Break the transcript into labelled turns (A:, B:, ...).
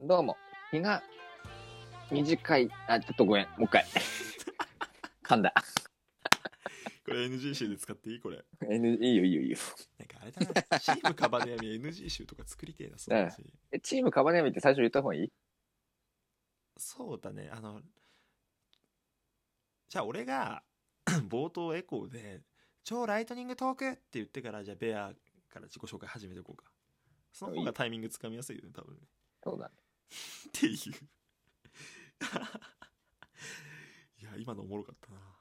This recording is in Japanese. A: どうも。日が短い。あ、ちょっとごめん。もう一 回。噛んだ。
B: これ NG 集で使っていいこれ。
A: N いいよ、いいよ、いいよ。
B: なんかあれだな。チームカバネアミ NG 集とか作りてえな、そうだし。
A: えチームカバネミって最初言った方がいい
B: そうだね。あの、じゃあ俺が 冒頭エコーで、超ライトニングトークって言ってから、じゃあベアから自己紹介始めていこうか。その方がタイミングつかみやすいよね、多分ね。
A: そうだね。
B: っていう。いや、今のおもろかったな。